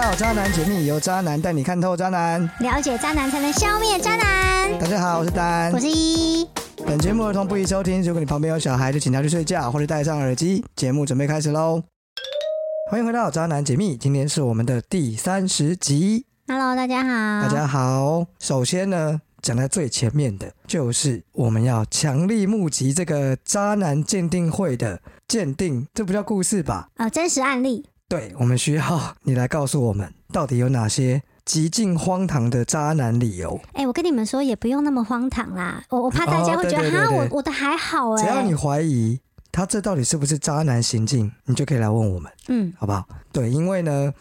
好，渣男解密由渣男带你看透渣男。了解渣男才能消灭渣男。大家好，我是丹我。是一，本节目儿童不宜收听，如果你旁边有小孩，就请他去睡觉或者戴上耳机。节目准备开始喽！欢迎回到渣男解密，今天是我们的第三十集。 Hello，大家大好。家好，首先呢，讲在最前面的就是我们要强力募集这个渣男鉴定会的鉴定，这不叫故事吧？呃，真实案例，对，我们需要你来告诉我们，到底有哪些极尽荒唐的渣男理由？哎、我跟你们说，也不用那么荒唐啦。我我怕大家哦会觉对对得，哈、对对我我的还好只哎、要你怀疑他这到底是不是渣男行径，你就可以来问我们，嗯，好不 好？对，因为呢，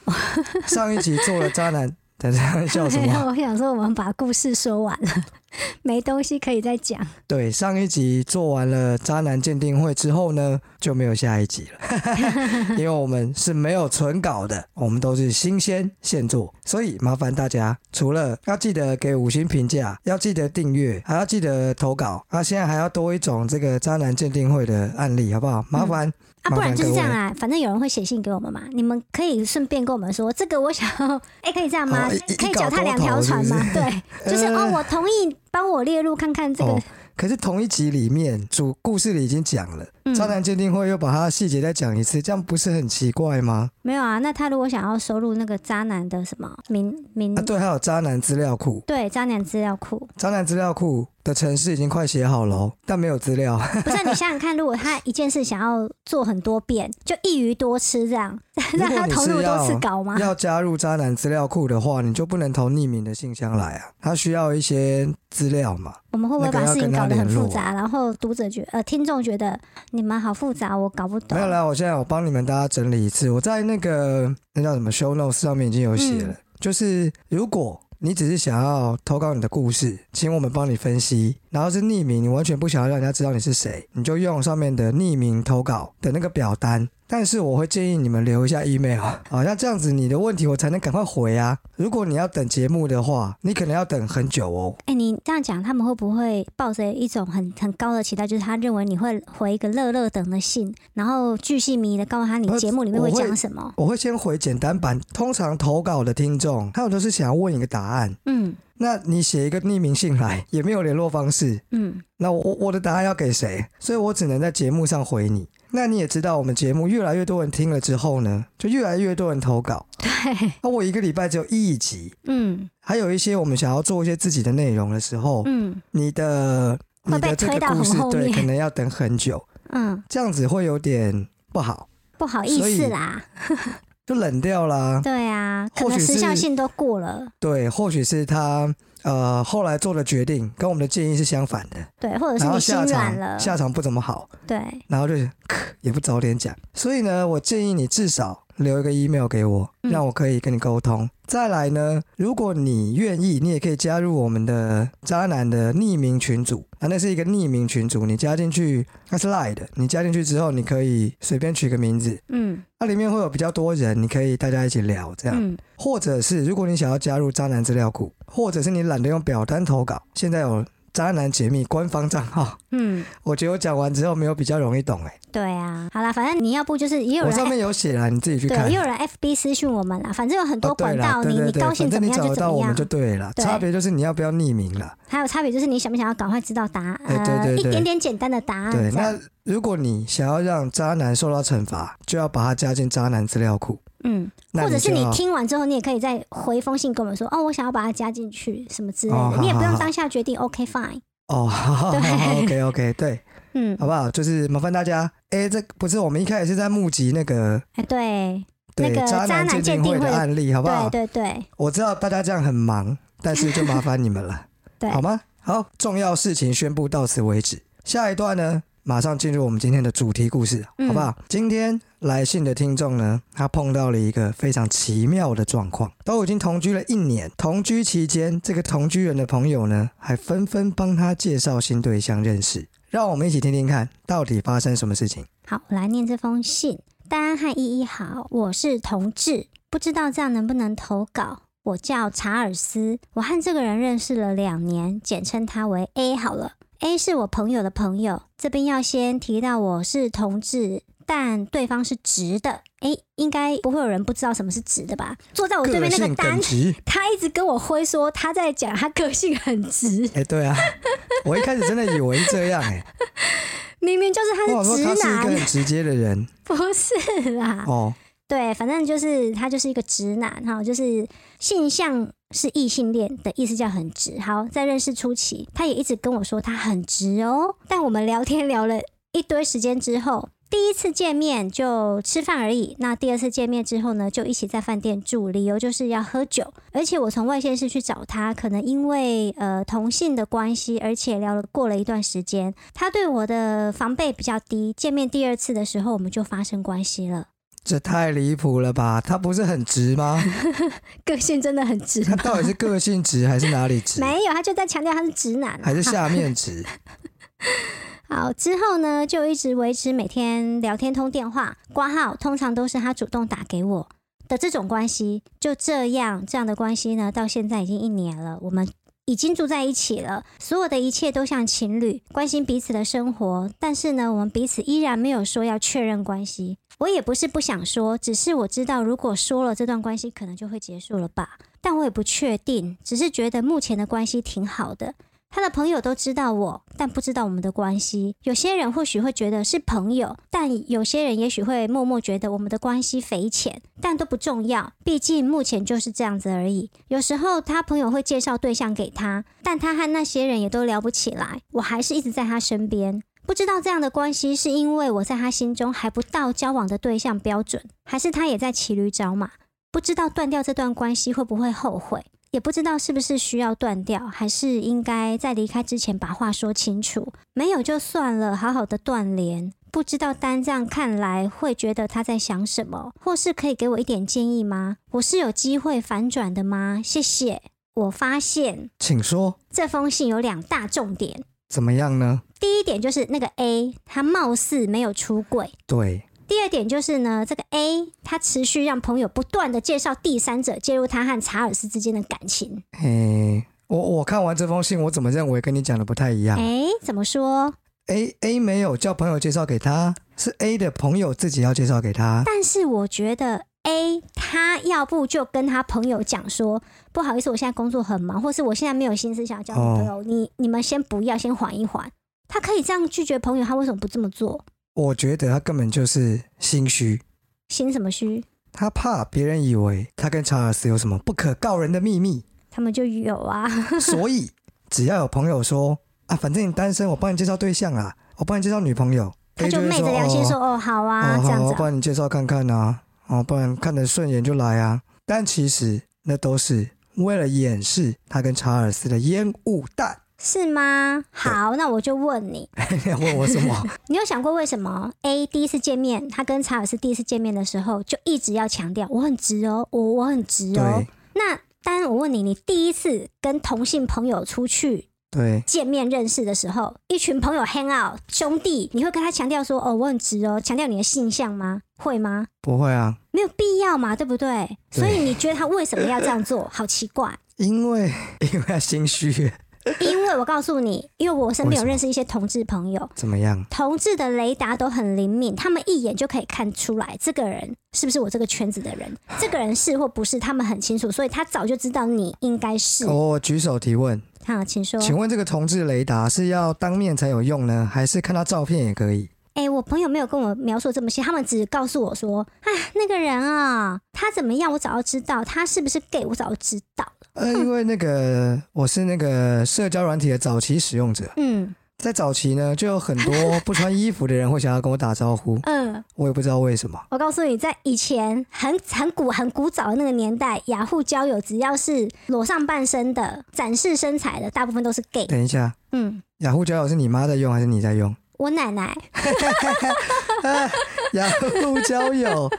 上一集做了渣 男，在这笑什没有么？啊 我想说，我们把故事说完了， 没东西可以再讲。对，上一集做完了渣男鉴定会之后呢，就没有下一集了， 因为我们是没有存稿的，我们都是新鲜现做，所以麻烦大家除了要记得给五星评价，要记得订阅，还要记得投稿，啊，现在还要多一种这个渣男鉴定会的案例，好不好？麻烦啊，麻不然烦就是各这位样啊，反正有人会写信给我们嘛，你们可以顺便跟我们说，这个我想 要，哎、可以这样吗？哦一一可以稿脚踏多两投条是船不吗？是对，就是、呃哦，我同意，帮我列入看看这个，哦可是同一集里面主故事里已经讲了，嗯渣男鉴定会又把它细节再讲一次，这样不是很奇怪吗？没有啊，那他如果想要收录那个渣男的什么名名、啊，对，还有渣男资料库，对渣男资料库，渣男资料库的程式已经快写好了哦，但没有资料。不是啊、你想想看，如果他一件事想要做很多遍，就一鱼多吃这样， 让他投入多次稿 吗？要加入渣男资料库的话，你就不能投匿名的信箱来啊，它需要一些资料嘛。我们会不会那个把要事情跟他搞得很联络复杂，然后读者觉呃听众觉得你们好复杂，我搞不懂没。有啦，我现在我帮你们大家整理一次，我在那个那叫什么 show notes 上面已经有写了，就是如果。你只是想要投稿你的故事，请我们帮你分析。然后是匿名，你完全不想要让人家知道你是谁，你就用上面的匿名投稿的那个表单。但是我会建议你们留一下 email，好像这样子你的问题我才能赶快回啊。如果你要等节目的话，你可能要等很久哦。哎、你这样讲，他们会不会抱着一种很很高的期待，就是他认为你会回一个乐乐等的信，然后巨细靡遗的告诉他你不是节目里面我会会讲什么？我会先回简单版，通常投稿的听众，还有就是想要问一个答案，嗯那你写一个匿名信来，也没有联络方式，嗯，那我我的答案要给谁？所以我只能在节目上回你。那你也知道，我们节目越来越多人听了之后呢，就越来越多人投稿。对，那我一个礼拜只有一集，嗯还有一些我们想要做一些自己的内容的时候，嗯你的你会被的这推个到故很事后对面可能要等很久，嗯，这样子会有点不好，不好意所以思啦，就冷掉啦。对啊，可或能许时效是性都过了，对，或许是他呃后来做的决定跟我们的建议是相反的，对，或者是然后你心下软了场，下场不怎么好。对，然后就是咳也不早点讲。所以呢，我建议你至少留一个 email 给我，嗯让我可以跟你沟通。再来呢，如果你愿意，你也可以加入我们的渣男的匿名群组啊，那是一个匿名群组，你加进去那是 lie 的，你加进去之后，你可以随便取个名字，嗯那、里面会有比较多人，你可以大家一起聊这样。嗯，或者是如果你想要加入渣男资料库，或者是你懒得用表单投稿，现在有渣男解密官方账号，嗯，我觉得我讲完之后没有比较容易懂哎、对啊，好啦，反正你要不就是也有我人上 F, 面有写啦，你自己去看。对，也有人 FB 私讯我们啦，反正有很多哦对管啦道，对对你你对高兴反正怎么你样找得怎到我么们样就，对了。对差别就是你要不要匿名啦。还有差别就是你想不想要赶快知道答案，哎对对呃，一对点点简单的答案，对，啊这样那如果你想要让渣男受到惩罚，就要把他加进渣男资料库。嗯，那或者是就你要听完之后，你也可以再回一封信跟我们说，哦，我想要把它加进去什么之类的，哦好你也不好用好当下决定，OK fine，哦， 好好对好好，OK OK，对，嗯，好不好？就是麻烦大家，哎，这不是我们一开始是在募集那个哎对对那个渣渣男鉴鉴定定会的会案例，好不好对？对对我知道大家这样很忙，但是就麻烦你们了。对，好吗？好，重要事情宣布到此为止。下一段呢，马上进入我们今天的主题故事，嗯好不好？今天来信的听众呢，他碰到了一个非常奇妙的状况，都已经同居了一年，同居期间，这个同居人的朋友呢，还纷纷帮他介绍新对象认识。让我们一起听听看，到底发生什么事情？好，我来念这封信。大安和依依好，我是同志，不知道这样能不能投稿。我叫查尔斯，我和这个人认识了两年，简称他为 A 好了。A 是我朋友的朋友，这边要先提到我是同志。旦对方是直的，诶，应该不会有人不知道什么是直的吧？坐哦在我对面那个性单耿，直。他一直跟我挥说他在讲他个性很直，哎、对 啊，我一开始真的以为是这样哎、明明就是我想说他是一他是直个男，很直接的 人不是啦。哦，对，反正就是他就是一个直男哈，就是性向是异性恋的意思叫很直。好，在认识初期，他也一直跟我说他很直哦，但我们聊天聊了一堆时间之后。第一次见面就吃饭而已，那第二次见面之后呢，就一起在饭店住，理由就是要喝酒。而且我从外县市去找他，可能因为呃同性的关系，而且聊了过了一段时间，他对我的防备比较低。见面第二次的时候，我们就发生关系了。这太离谱了吧？他不是很直 吗？个性真的很直他到底是个性直还是哪里直？没有，他就在强调他是直男、啊。还是下面直？好，之后呢，就一直维持每天聊天通电话，挂号通常都是他主动打给我的这种关系。就这样，这样的关系呢，到现在已经一年了，我们已经住在一起了，所有的一切都像情侣，关心彼此的生活。但是呢，我们彼此依然没有说要确认关系。我也不是不想说，只是我知道，如果说了，这段关系可能就会结束了吧。但我也不确定，只是觉得目前的关系挺好的。他的朋友都知道我，但不知道我们的关系。有些人或许会觉得是朋友，但有些人也许会默默觉得我们的关系匪浅，但都不重要，毕竟目前就是这样子而已。有时候他朋友会介绍对象给他，但他和那些人也都聊不起来，我还是一直在他身边。不知道这样的关系是因为我在他心中还不到交往的对象标准，还是他也在骑驴找马？不知道断掉这段关系会不会后悔，也不知道是不是需要断掉，还是应该在离开之前把话说清楚。没有就算了，好好的断联。不知道单这样看来会觉得他在想什么，或是可以给我一点建议吗？我是有机会反转的吗？谢谢。我发现请说，这封信有两大重点，怎么样呢？第一点就是那个 A，他貌似没有出轨。对，第二点就是呢，这个 A 他持续让朋友不断的介绍第三者介入他和查尔斯之间的感情。嘿，我我看完这封信，我怎么认为跟你讲的不太一样哎、怎么说？ ？A A 没有叫朋友介绍给他，是 A 的朋友自己要介绍给他。但是我觉得 A 他要不就跟他朋友讲说，不好意思，我现在工作很忙，或是我现在没有心思想要交女哦朋友，你你们先不要，先缓一缓。他可以这样拒绝朋友，他为什么不这么做？我觉得他根本就是心虚，心什么虚？他怕别人以为他跟查尔斯有什么不可告人的秘密，他们就有啊， 所以只要有朋友说啊，反正你单身，我帮你介绍对象啊，我帮你介绍女朋友，他 A 就会昧着良心说，哦，好啊，哦，这样好，子我啊、帮你介绍看看啊，哦，不然看得顺眼就来啊。但其实那都是为了掩饰他跟查尔斯的烟雾 弹。是吗？好，那我就问你，你要问我什 么？你有想过为什么 A 第一次见面，他跟查尔斯第一次见面的时候就一直要强调我很直哦，我我很直哦对。那当然，我问你，你第一次跟同性朋友出去对，见面认识的时候，一群朋友 hang out 兄弟，你会跟他强调说哦我很直哦，强调你的性向吗？会吗？不会啊，没有必要嘛，对不对？对所以你觉得他为什么要这样做？好奇怪。因为 因为他心虚，因为我告诉你，因为我身边为什么有认识一些同志朋友，怎么样？同志的雷达都很灵敏，他们一眼就可以看出来这个人是不是我这个圈子的人，这个人是或不是，他们很清楚，所以他早就知道你应该是。哦我、举手提问，好，请说。请问这个同志雷达是要当面才有用呢，还是看他照片也可以？哎、我朋友没有跟我描述这么细，他们只告诉我说，哎，那个人啊、他怎么样，我早就知道，他是不是 gay，我早就知道了。呃，因为那个我是那个社交软体的早期使用者，嗯在早期呢，就有很多不穿衣服的人会想要跟我打招呼，嗯、我也不知道为什么。我告诉你，在以前很很古很古早的那个年代，雅虎交友只要是裸上半身的、展示身材的，大部分都是 gay。等一下，嗯，雅虎交友是你妈在用还是你在用？ 我奶奶雅虎交友，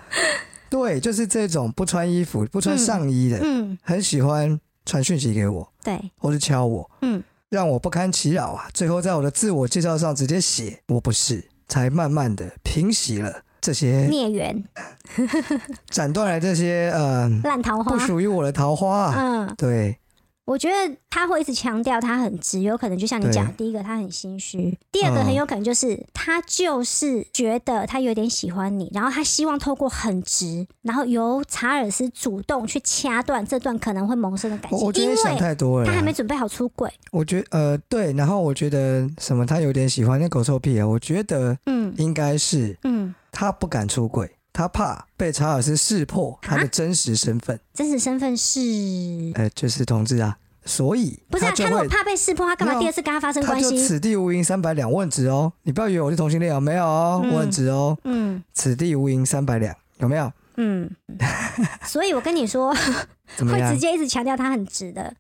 对，就是这种不穿衣服、不穿上衣的，嗯，很喜欢传讯息给我，对，或是敲我，嗯，让我不堪其扰啊。最后在我的自我介绍上直接写我不是，才慢慢的平息了这些孽缘斩断了这些嗯、烂桃花不，属于我的桃花啊、嗯，对，我觉得他会一直强调他很直，有可能就像你对讲，第一个他很心虚，第二个嗯很有可能就是、他就是觉得他有点喜欢你，然后他希望透过很直，然后由查尔斯主动去掐断这段可能会萌生的感我情，我觉因得你想为太多了他啦。还没准备好出轨。我觉呃对，然后我觉得什么他有点喜欢那狗臭屁啊，我觉得嗯应该是嗯，他不敢出轨，他怕被查尔斯识破他的真实身份，真实身份是。呃，就是同志啊，所以嗯不是、啊、就他如果会。怕被识破，他干没有啊嘛第二次跟他发生他关就系？此地无银三百两，我很值哦！你不要以为我是同性恋哦，没有哦，嗯我很值哦。嗯此地无银三百两，有没有？嗯，所以我跟你说，怎么会样直？接一直强调他很直的，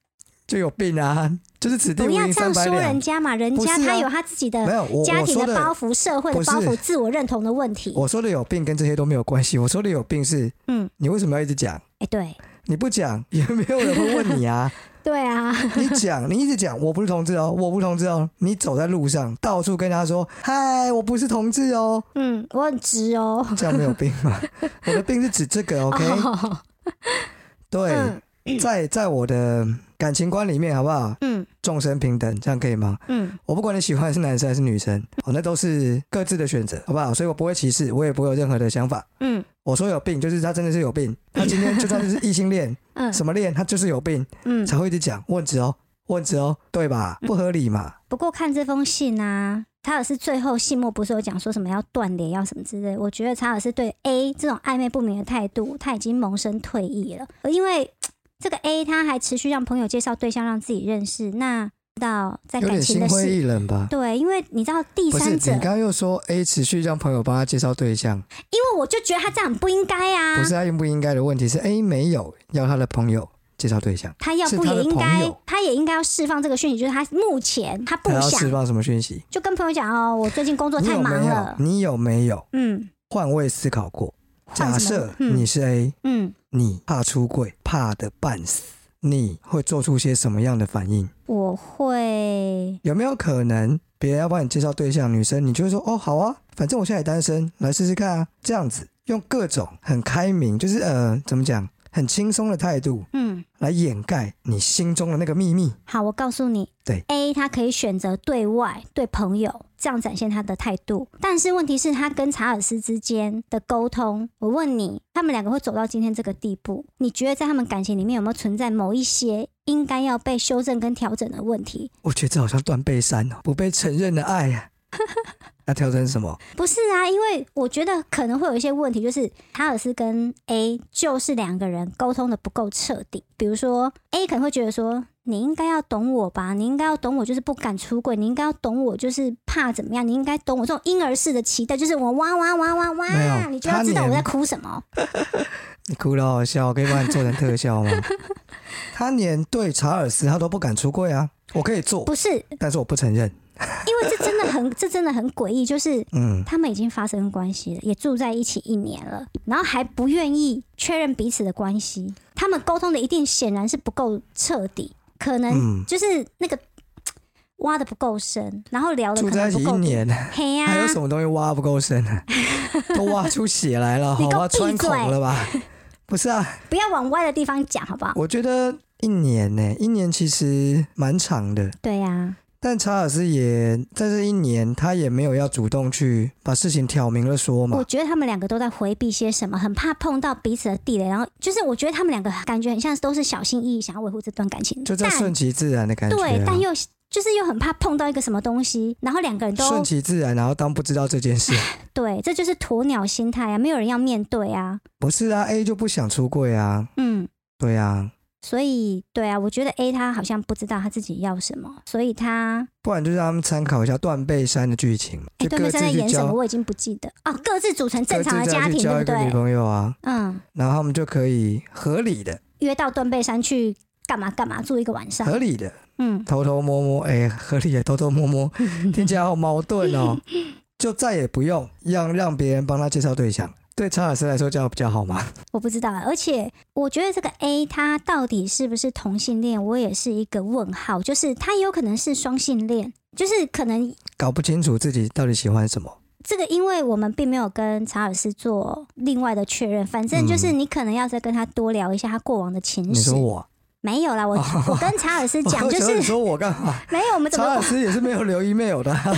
就有病啊！就是此地不无要银这三样百说人两，家嘛，人不是家啊他有他自己没的有我家我庭说的包的，袱、社会不的是包袱、自我认同的问题。我说的有病跟这些都没有关系。我说的有病是，嗯，你为什么要一直讲？哎，对，你不讲也没有人会问你啊。 对啊，你讲，你一直讲，我不是同志哦，我不是同志哦。你走在路上，到处跟大家说，嗨，我不是同志 哦，嗯，我很直哦。这样没有病吗？我的病是指这个，OK？哎哦对， 嗯在在我的感情观里面，好不好？嗯众生平等，这样可以吗？嗯，我不管你喜欢是男生还是女生，哦，那都是各自的选择，好不好？所以我不会歧视，我也不会有任何的想法。嗯我说有病，就是他真的是有病。他今天就算是异性恋，嗯什么恋，他就是有病，嗯。才会一直讲问子哦，问子哦，对吧？不合理嘛。不过看这封信啊，查尔斯最后信末不是有讲说什么要断联，要什么之类的。我觉得查尔斯对 A 这种暧昧不明的态度，他已经萌生退意了。而因为这个 A 他还持续让朋友介绍对象，让自己认识，那到嗯在有感点情心的灰事，意冷吧？对，因为你知道第不是，三你者，啊刚刚又说 A 持续让朋友帮他介绍对象，因为我就觉得他这样很不应该啊。不是他应不应该的问题，是 A 没有要他的朋友介绍对象，他要是不他的也应朋该友，他也应该要释放这个讯息，就是他目前他不他要释想，放什么讯息？就跟朋友讲哦，我最近工作你太有忙啊没有了？，你有没有嗯换位思考过？换假什么设你是 A，嗯，你怕出柜，怕的半死，你会做出些什么样的反应？我会有没有可能别人要帮你介绍对象，女生你就会说哦好啊，反正我现在也单身，来试试看啊，这样子用各种很开明，就是呃怎么讲，很轻松的态度嗯，来掩盖你心中的那个秘密。好，我告诉你，对 A 他可以选择对外对朋友这样展现他的态度，但是问题是，他跟查尔斯之间的沟通，我问你，他们两个会走到今天这个地步，你觉得在他们感情里面有没有存在某一些应该要被修正跟调整的问题？我觉得这好像断背山哦，不被承认的爱呀、啊。那调整什么？不是啊，因为我觉得可能会有一些问题，就是查尔斯跟 A 就是两个人沟通的不够彻底。比如说 A 可能会觉得说，你应该要懂我吧，你应该要懂我，就是不敢出轨，你应该要懂我，就是怕怎么样，你应该懂我这种婴儿式的期待，就是我哇哇哇哇没有哇，你就他要知道连我在哭什么。你哭得好好笑，我可以帮你做成特效吗？他连对查尔斯他都不敢出柜啊，我可以做，不是，因但是我不承认。为这真的很，这真的很诡异，就是嗯，他们已经发生关系了，也住在一起一年了，然后还不愿意确认彼此的关系，他们沟通的一定显然是不够彻底，可能嗯就是那个挖的不够深，然后聊的住可在能一起不一够年，黑 呀、还有什么东西挖不够深 啊？都挖出血来了，你好给我吧，闭穿孔嘴了吧？不是啊，不要往歪的地方讲，好不好？我觉得一年呢、一年其实蛮长的，对呀、但查尔斯也在这一年，他也没有要主动去把事情挑明了说嘛我。觉得他们两个都在回避些什么，很怕碰到彼此的地雷，然后就是我觉得他们两个感觉很像都是小心翼翼想要维护这段感情，就叫但顺其自然的感觉、啊。对，但又就是又很怕碰到一个什么东西，然后两个人都顺其自然，然后当不知道这件事。对，这就是鸵鸟心态啊，没有人要面对啊。不是啊，A 就不想出柜啊，嗯，对啊，所以对啊，我觉得 A 他好像不知道他自己要什么，所以他不然就让他们参考一下断背山的剧情嘛，哎，就对各面自山在去演什么交，我已经不记得哦，各自组成正各自常的再家去庭，交一对不个女对？朋友啊，嗯，然后他们就可以合理的、约到断背山去干嘛干嘛住一个晚上，合理的嗯偷偷摸摸，哎、合理的偷偷摸 摸，听起来好矛盾哦。就再也不用让让别人帮他介绍对象，对查尔斯来说这样比较好吗？我不知道啊，而且我觉得这个 A 他到底是不是同性恋，我也是一个问号，就是他有可能是双性恋，就是可能搞不清楚自己到底喜欢什么。这个，因为我们并没有跟查尔斯做另外的确认，反正就是你可能要再跟他多聊一下他过往的情嗯你史。说我哦没有啦，我我跟查尔 斯讲，我就想说你是说我干 嘛？没有我们怎查么尔斯也是没有留 email 的啊、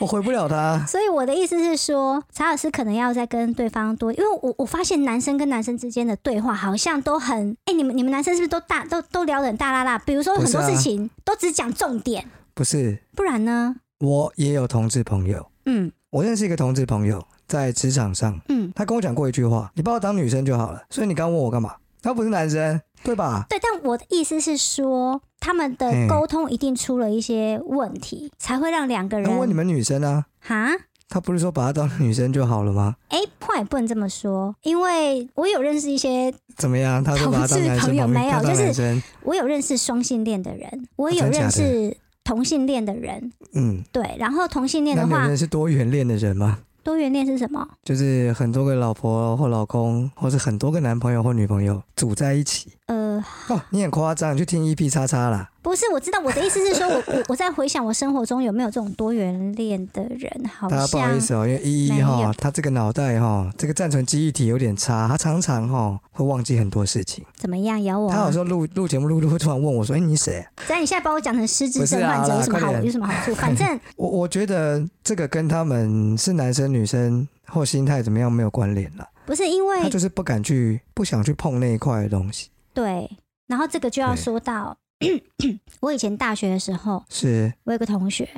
我回不了他。所以我的意思是说，查尔斯可能要再跟对方多，因为我我发现男生跟男生之间的对话好像都很，哎、你们你们男生是不是都大都都聊得很大啦啦？比如说不很是多啊事情、都只讲重点，不是，不然呢？我也有同志朋友，嗯我认识一个同志朋友，在职场上，嗯，他跟我讲过一句话：“你把我当女生就好了。”所以你刚问我干嘛？他不是男生，对吧？对。但我的意思是说，他们的嗯沟通一定出了一些问题，才会让 两个他问你人们女生啊，哈。他不是说把她当女生就好了吗？哎，话也不能这么说，因为我有认识一些，怎么样？他说把她当男生，同志把朋友没有她当就是男生，我有认识双性恋的人，我啊有真假认的识同性恋的人，嗯。对。然后同性恋那的你话，们是多元恋的人吗？多元恋是什么？就是很多个老婆或老公，或是很多个男朋友或女朋友组在一起。呃，哦，你很夸张，你去听 EP 叉叉啦。不是，我知道我的意思是说，我我我在回想我生活中有没有这种多元恋的人，好大家不好像意思哦，因为依依没哈有，她这个脑袋哈，这个暂存记忆体有点差，她常常哈会忘记很多事情。怎么样咬我、她有啊时？候录录节目录录，会突然问我说：“哎、你谁啊、但你现在把我讲成失智症患不是者，啊有什啦么好快点有什 么好处？反正我我觉得这个跟他们是男生女生或心态怎么样没有关联了，不是因为他就是不敢去，不想去碰那一块的东西。对，然后这个就要对说到 我以前大学的时候，是我有个同学，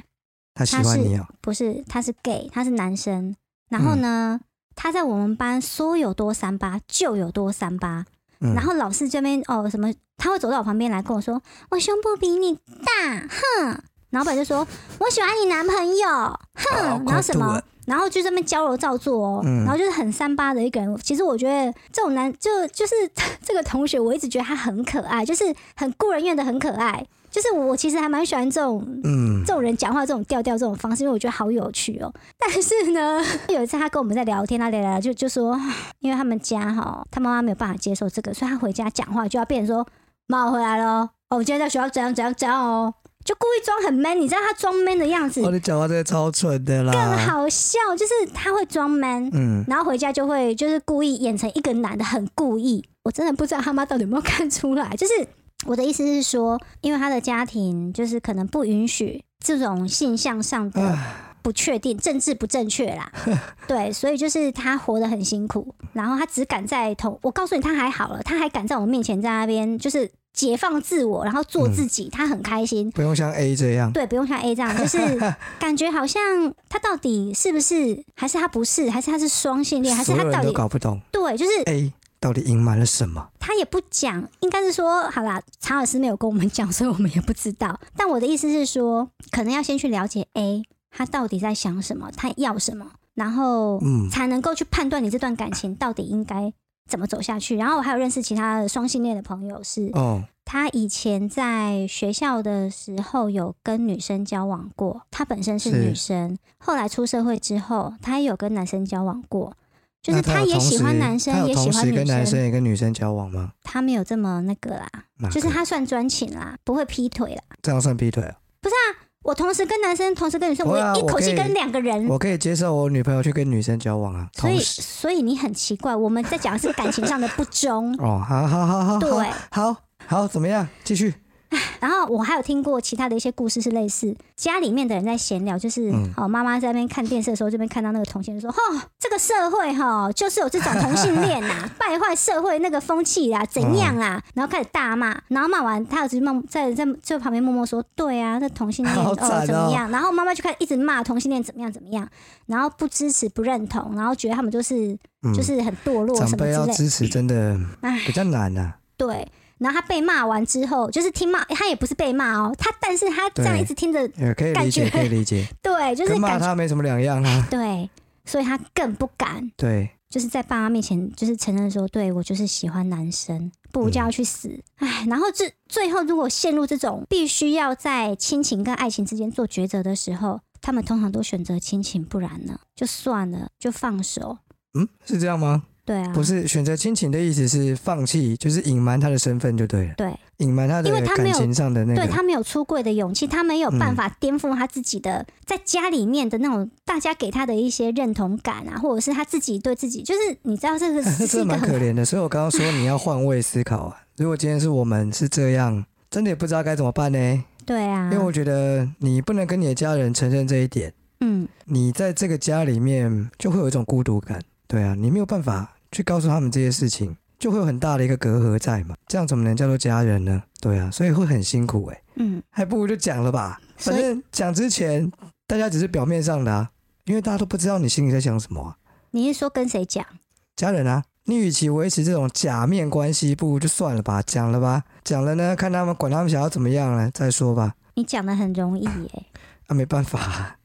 他喜欢你啊、不是他是 gay，他是男生，然后呢，他在我们班说有多三八就有多三八，嗯，然后老师这边哦什么，他会走到我旁边来跟我说：“我胸部比你大，哼。”老板就说：“我喜欢你男朋友，好哼。”然后快什吐么了？然后就这么矫揉造作哦，嗯然后就是很三八的一个人。其实我觉得这种男就就是这个同学，我一直觉得他很可爱，就是很故人院的很可爱。就是我其实还蛮喜欢这种嗯这种人讲话这种调调这种方式，因为我觉得好有趣哦。 但是呢， 有一次他跟我们在聊天，他聊聊聊就就说，唉因为他们家哈，他妈妈没有办法接受这个，所以他回家讲话就要变成说，妈我回来喽，哦，我今天在学校怎样怎样怎样哦，就故意装很 man，你知道他装 man 的样子哦，你啊讲话真的超蠢的啦，更好笑，就是他会装 man。嗯，然后回家就会就是故意演成一个男的，很故意。我真的不知道他妈到底有没有看出来。就是我的意思是说，因为他的家庭就是可能不允许这种性向上的不确定、政治不正确啦，对，所以就是他活得很辛苦。然后他只敢在同我告诉你，他还好了，他还敢在我面前在那边就是解放自我，然后做自己，他很开心。不用像 A 这样，对，不用像 A 这 样，就是感觉好像他到底是不是，还是他不是，还是他是双性恋，还是所他有到人都底搞不懂对，就是 A 到底隐瞒了什么。他也不讲，应该是说好啦，查尔斯没有跟我们讲，所以我们也不知道。但我的意思是说，可能要先去了解 A 他到底在想什么，他要什么，然后嗯，才能够去判断你这段感情到底应该怎么走下去。然后我还有认识其他的双性恋的朋友是，哦，他以前在学校的时候有跟女生交往过，他本身是是女生，后来出社会之后，他也有跟男生交往过，就那是他有也同喜欢时男生他，有也喜同欢时女跟男生，生也跟女生交往吗？他没有这么那个啦，哪就是个他算专情啦，不会劈腿啦。这样算劈腿啊？我同时跟男生，同时跟女生，不我会啊一口气我可以跟两个人，我可以接受我女朋友去跟女生交往啊，嗯所以同时，所以你很奇怪，我们在讲的是感情上的不忠 哦，好好好好，对好。好好，怎么样？继续。然后我还有听过其他的一些故事是类似家里面的人在闲聊，就是、嗯哦，妈妈在那边看电视的时候，这边看到那个同性就说：“哦，这个社会哈、就是有这种同性恋呐、 败坏社会那个风气啦，怎样啊？”嗯然后开始大骂，然后骂完，他儿子默在在在旁边默默说：“对啊，那同性恋好哦惨哦怎么样？”然后妈妈就开始一直骂同性恋怎么样怎么样，然后不支持不认同，然后觉得他们就是、嗯，就是很堕落长什么辈要之类。支持真的唉比较难啊。对，然后他被骂完之后，就是听骂，他也不是被骂哦，他但是他这样对一直听着，也呃可以理解，感觉可以理解，对，就是跟骂感觉他没什么两样 啊。对，所以他更不敢，对，就是在爸妈面前就是承认说，对我就是喜欢男生，不如就嗯要去死，哎、然后最最后如果陷入这种必须要在亲情跟爱情之间做抉择的时候，他们通常都选择亲情，不然呢就算了，就放手。嗯，是这样吗？对啊，不是选择亲情的意思是放弃，就是隐瞒他的身份就对了，对隐瞒他的因为他没感有情上的那对个。嗯他没有出柜的勇气，他没有办法颠覆他自己的、在家里面的那种大家给他的一些认同感啊，或者是他自己对自己，就是你知道这 个那是真一的个蛮可很怜的，所以我刚刚说你要换位思考啊。如果今天是我们是这样，真的也不知道该怎么办呢。对啊因为，我觉得你不能跟你的家人承认这一点，嗯，你在这个家里面就会有一种孤独感。对啊，你没有办法去告诉他们这些事情，就会有很大的一个隔阂在嘛。这样怎么能叫做家人呢？对啊，所以会很辛苦哎、嗯，还不如就讲了吧。所反以正讲之前，大家只是表面上的啊，因为大家都不知道你心里在想什么啊、你是说跟谁讲？家人啊，你与其维持这种假面关系，不如就算了吧，讲了吧，讲了呢，看他们管他们想要怎么样了再说吧。你讲的很容易耶、啊，没办法 啊、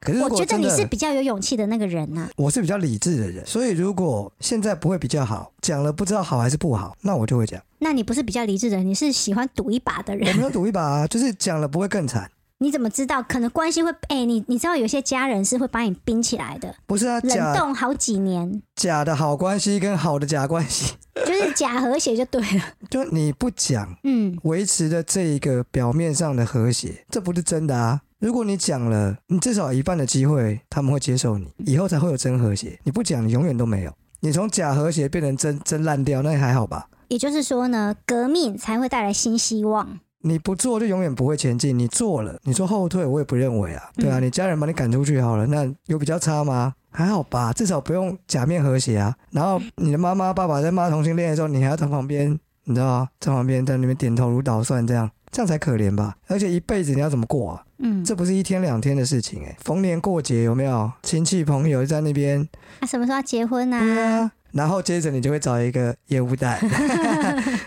可 是如我果觉得真你的是比较有勇气的那个人啊呐、我是比较理智的人，所以如果现在不会比较好，讲了不知道好还是不好，那我就 会讲，那你不是比较理智的人，你是喜欢赌一把的我 人。没有赌一把、啊，就是讲了不会更惨。你怎么知道？可能关系会哎、你你知道有些家人是会把你冰起来的，不是啊，冷假冻好几年，假的好关系跟好的假关系， 就是假和谐就对了。就你不讲，嗯，维持的这一个表面上的和谐，这不是真的啊。如果你讲了，你至少有一半的机会他们会接受你，嗯以后才会有真和谐。你不讲，你永远都没有。你从假和谐变成真真烂掉，那还好吧？也就是说呢，革命才会带来新希望。你不做就永远不会前进，你做了，你说后退，我也不认为啊。对啊，你家人把你赶出去好了，那有比较差吗？还好吧，至少不用假面和谐啊。然后你的妈妈、爸爸在骂同性恋的时候，你还要在旁边，你知道吗？在旁边在那边点头如捣蒜，这样这样才可怜吧？而且一辈子你要怎么过啊？嗯，这不是一天两天的事情哎、逢年过节有没有亲戚朋友在那边？那、啊什么时候要结婚对啊？啊，然后接着你就会找一个烟雾弹，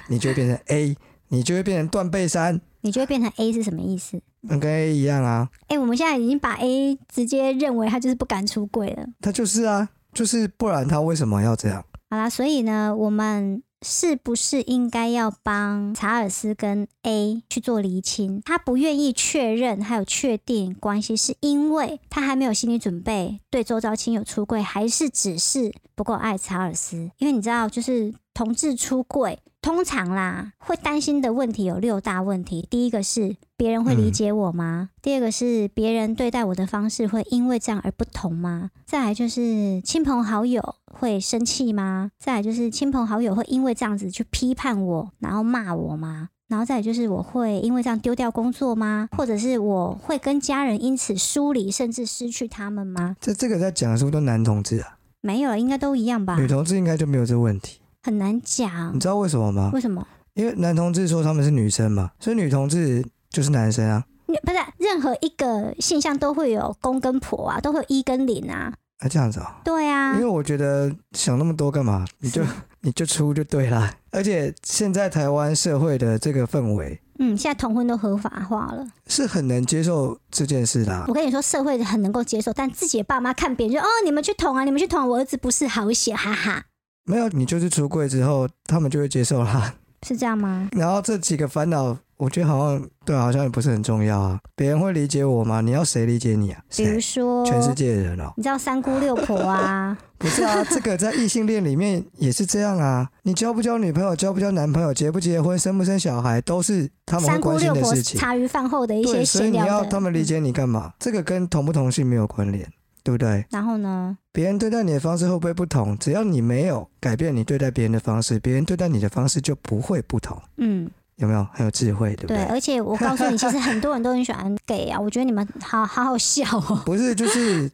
你就会变成 A，你就会变成断背山。你就会变成 A 是什么意思？跟 A 一样啊，哎、我们现在已经把 A 直接认为他就是不敢出柜了。他就是啊，就是不然他为什么要这样？好啦，所以呢，我们是不是应该要帮查尔斯跟 A 去做厘清？他不愿意确认还有确定关系，是因为他还没有心理准备，对周遭亲友出柜，还是只是不够爱查尔斯？因为你知道，就是同志出柜。通常啦，会担心的问题有六大问题。第一个是别人会理解我吗？第二个是别人对待我的方式会因为这样而不同吗？再来就是亲朋好友会生气吗？再来就是亲朋好友会因为这样子去批判我，然后骂我吗？然后再来就是我会因为这样丢掉工作吗？或者是我会跟家人因此疏离，甚至失去他们吗？这这个在讲的是不是都男同志啊？没有了，应该都一样吧？女同志应该就没有嗯这问题，很难讲你，知道为什么吗？为什么？因为男同志说他们是女生嘛，所以女同志就是男生啊。你不是任何一个现象都会有公跟婆啊，都会有一跟零啊，啊，这样子啊、对啊因为，我觉得想那么多干嘛？你 就你就出就对啦。而且现在台湾社会的这个氛围嗯，现在同婚都合法化了。是很能接受这件事的、啊我。跟你说，社会很能够接受，但自己的爸妈看别人就哦，你们去捅啊，你们去捅啊、我儿子不是好血，哈哈，没有，你就是出柜之后，他们就会接受啦。是这样吗？然后这几个烦恼，我觉得好像对啊，好像也不是很重要啊。别人会理解我吗？你要谁理解你啊？比如谁？说，全世界的人哦、你知道三姑六婆啊，不是啊，这个在异性恋里面也是这样啊。你交不交女朋友，交不交男朋友，结不结婚，生不生小孩，都是 他们会三姑关心六的婆事情。茶余饭后的一些对，所以闲你聊要的。他们理解你干嘛？这个跟同不同性没有关联，对不对？然后呢？别人对待你的方式会不会不同？只要你没有改变你对待别人的方式，别人对待你的方式就不会不同，嗯，有没有？很有智慧，对不对，而且我告诉你，其实很多人都很喜欢 gay 啊，我觉得你们好好好笑哦，不是，就是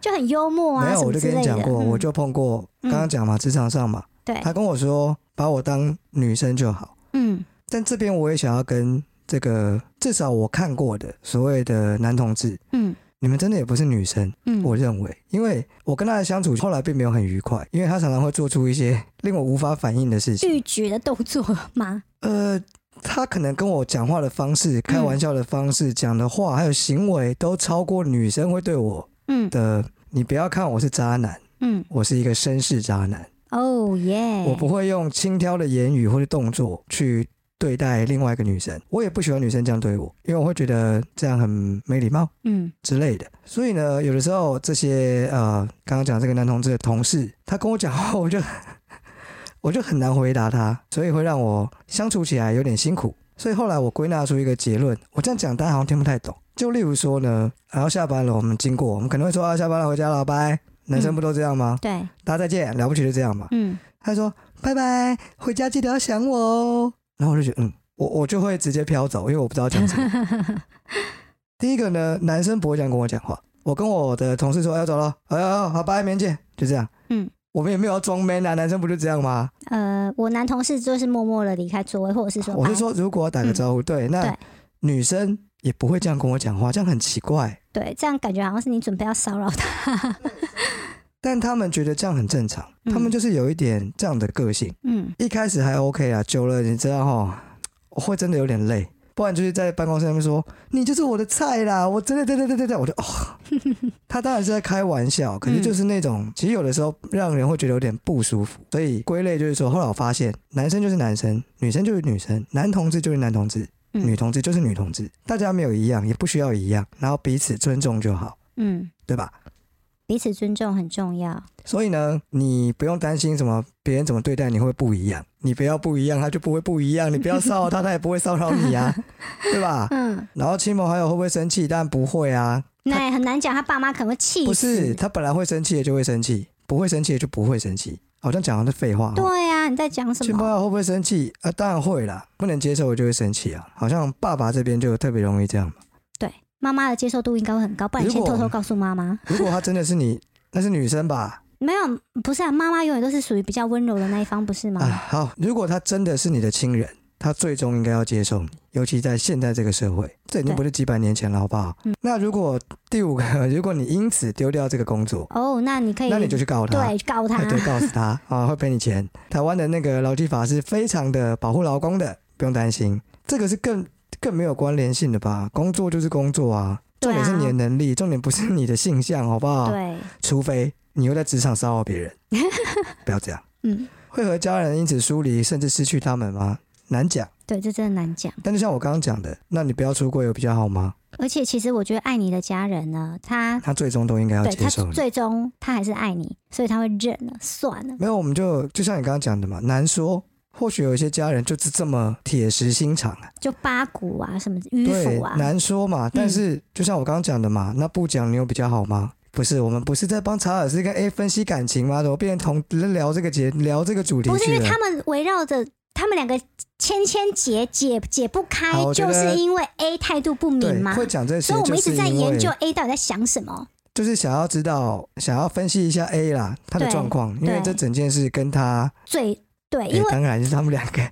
就很幽默没啊，有，什我么就之跟你类讲的。过，我嗯就碰过，嗯哎刚刚讲嘛，职场上嘛，对，他跟我说把我当女生就好，嗯但这边我也想要跟这个至少我看过的所谓的男同志，嗯你们真的也不是女生，嗯，我认为，因为我跟他的相处后来并没有很愉快，因为他常常会做出一些 令我无法反应的事情，欲举的动作吗？呃。他可能跟我讲话的方式、开嗯玩笑的方式、讲的话，还有行为，都超过女生会对我嗯的。你不要看我是渣男，嗯，我是一个绅士渣男。哦耶，我不会用轻佻的言语或者动作去对待另外一个女生，我也不喜欢女生这样对我，因为我会觉得这样很没礼貌嗯之类的。所以呢，有的时候这些呃，刚刚讲这个男同志的同事，他跟我讲话，我就 我就很难回答他，所以会让我相处起来有点辛苦。所以后来我归纳出一个结论，我这样讲大家好像听不太懂。就例如说呢，然后下班了，我们经过，我们可能会说啊，下班了回家了，拜。男生不都这样吗？对，大家再见，了不起就这样嘛。嗯他说拜拜，回家记得要想我哦。然后我就觉得，嗯，我我就会直接飘走，因为我不知道讲什 么。第一个呢，男生不会这样跟我讲话。我跟我的同事说，哎要走了，哎呦，好，拜，明天见，就这样。嗯，我们也没有要装 man 啊，男生不就这样吗？ 呃，我男同事就是默默的离开座位，或者是说，我是，说，如果打个招呼，对，那啊嗯对女生也不会这样跟我讲话，这样很奇怪。对，这样感觉好像是你准备要骚扰他，但他们觉得这样很正常，嗯他们就是有一点这样的个性。嗯一开始还 OK 啊，久了你知道哈，我会真的有点累，不然就是在办公室那边说你就是我的菜啦，我真的对对对对对，我就哦，他当然是在开玩笑，可是就是那种、其实有的时候让人会觉得有点不舒服，所以归类就是说，后来我发现男生就是男生，女生就是女生，男同志就是男同志，女嗯同志就是女同志，大家没有一样，也不需要一样，然后彼此尊重就好，嗯，对吧？彼此尊重很重要，所以呢，你不用担心什么别人怎么对待你会不一样，你不要不一样，他就不会不一样，你不要骚扰他，他也不会骚扰你 啊，对吧？嗯，然后亲朋好友会不会生气？当然不会啊，那也很难讲，他爸妈可能会气不是死，他本来会生气的就会生气，不会生气的就不会生气。好像讲的是废话、哦。对啊，你在讲什亲朋么？好友会不会生气？啊，当然会啦，不能接受我就会生气啊。好像爸爸这边就特别容易这样嘛。对，妈妈的接受度应该会很高，不然你先如果偷偷告诉妈妈。如果他真的是你，那是女生吧？没有，不是啊，妈妈永远都是属于比较温柔的那一方，不是吗？啊，好，如果他真的是你的亲人，他最终应该要接受你，尤其在现在这个社会，这已经对不是几百年前了，好不好？嗯那如果第五个， 如果你因此丢掉这个工作，哦，那你可以，那你就去告他。对告他哎，对，告诉 他啊，会赔你钱。台湾的那个劳基法是非常的保护劳工的，不用担心。这个是更更没有关联性的吧？工作就是工作啊，重对点啊是你的能力，重点不是你的性向，好不好？对，除非你又在职场骚扰别 人，不要这样。嗯，会和家人因此疏离，甚至失去他们吗？难讲。对，这真的难讲。但就像我刚刚讲的，那你不要出柜有比较好吗？而且其实我觉得爱你的家人呢，他他最终都应该要对接他受你。最终他还是爱你，所以他会忍了，算了。没有，我们就就像你刚刚讲的嘛，难说。或许有一些家人就是这么铁石心肠啊，就八股啊，什么迂对腐，啊，难说嘛。但是就像我刚刚讲的嘛，那不讲你有比较好吗？不是，我们不是在帮查尔斯跟 A 分析感情吗？怎么变成同聊这个节聊这个主题不是因去为了？他们围绕着他们两个牵牵结解解不开好，我觉就得是因为 A 态度不明对嘛，会讲这些所以，我就们一是直在因为研究 A 到底在想什么。就是想要知道，想要分析一下 A 啦，他的对状况，因为对这整件事跟他，最对，诶因为当然是他们两个，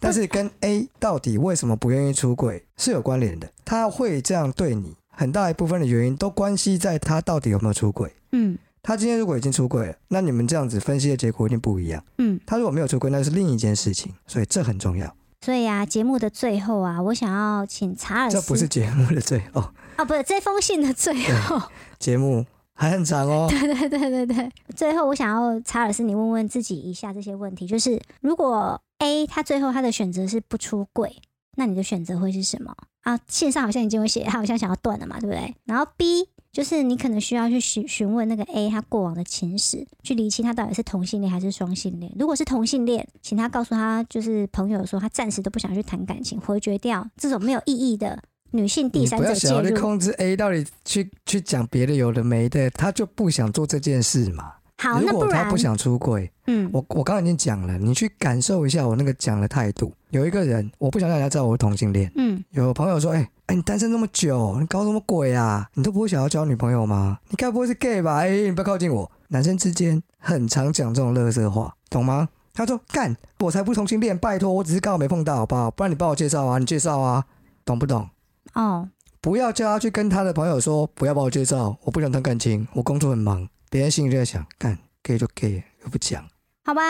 但是跟 A 到底为什么不愿意出轨是有关联的。他会这样对你，很大一部分的原因都关系在他到底有没有出轨。嗯他今天如果已经出轨了，那你们这样子分析的结果一定不一样。嗯，他如果没有出轨，那是另一件事情，所以这很重要。所以啊，节目的最后啊，我想要请查尔斯，这不是节目的最后，啊，不是这封信的最后，节目还很长 哦。对对对对对，最后我想要查尔斯，你问问自己以下这些问题，就是如果 A 他最后他的选择是不出柜，那你的选择会是什么啊？线上好像已经有写，他好像想要断了嘛，对不对？然后 B 就是你可能需要去询询问那个 A 他过往的情史，去理清他到底是同性恋还是双性恋。如果是同性恋，请他告诉他就是朋友说他暂时都不想去谈感情，回绝掉这种没有意义的女性第你三不者要介想要去入。控制 A 到底去去讲别的有的没的，他就不想做这件事嘛。好，如哦那果他然不想出轨，嗯，我我刚刚已经讲了，你去感受一下我那个讲的态度。有一个人，我不想让人家知道我是同性恋。嗯有朋友说，哎、哎、你单身那么久，你搞什么鬼啊？你都不会想要交女朋友吗？你该不会是 gay 吧？哎、你不要靠近我。男生之间很常讲这种乐色话，懂吗？他说干，我才不是同性恋，拜托，我只是刚好没碰到，好不好？不然你帮我介绍啊，你介绍啊，懂不懂？哦。不要叫他去跟他的朋友说，不要帮我介绍，我不想谈感情，我工作很忙。别人心里就在想，干 gay 就 gay，又不讲。好吧，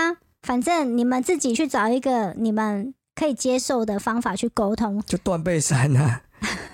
反正你们自己去找一个你们可以接受的方法去沟通。就断背山 啊，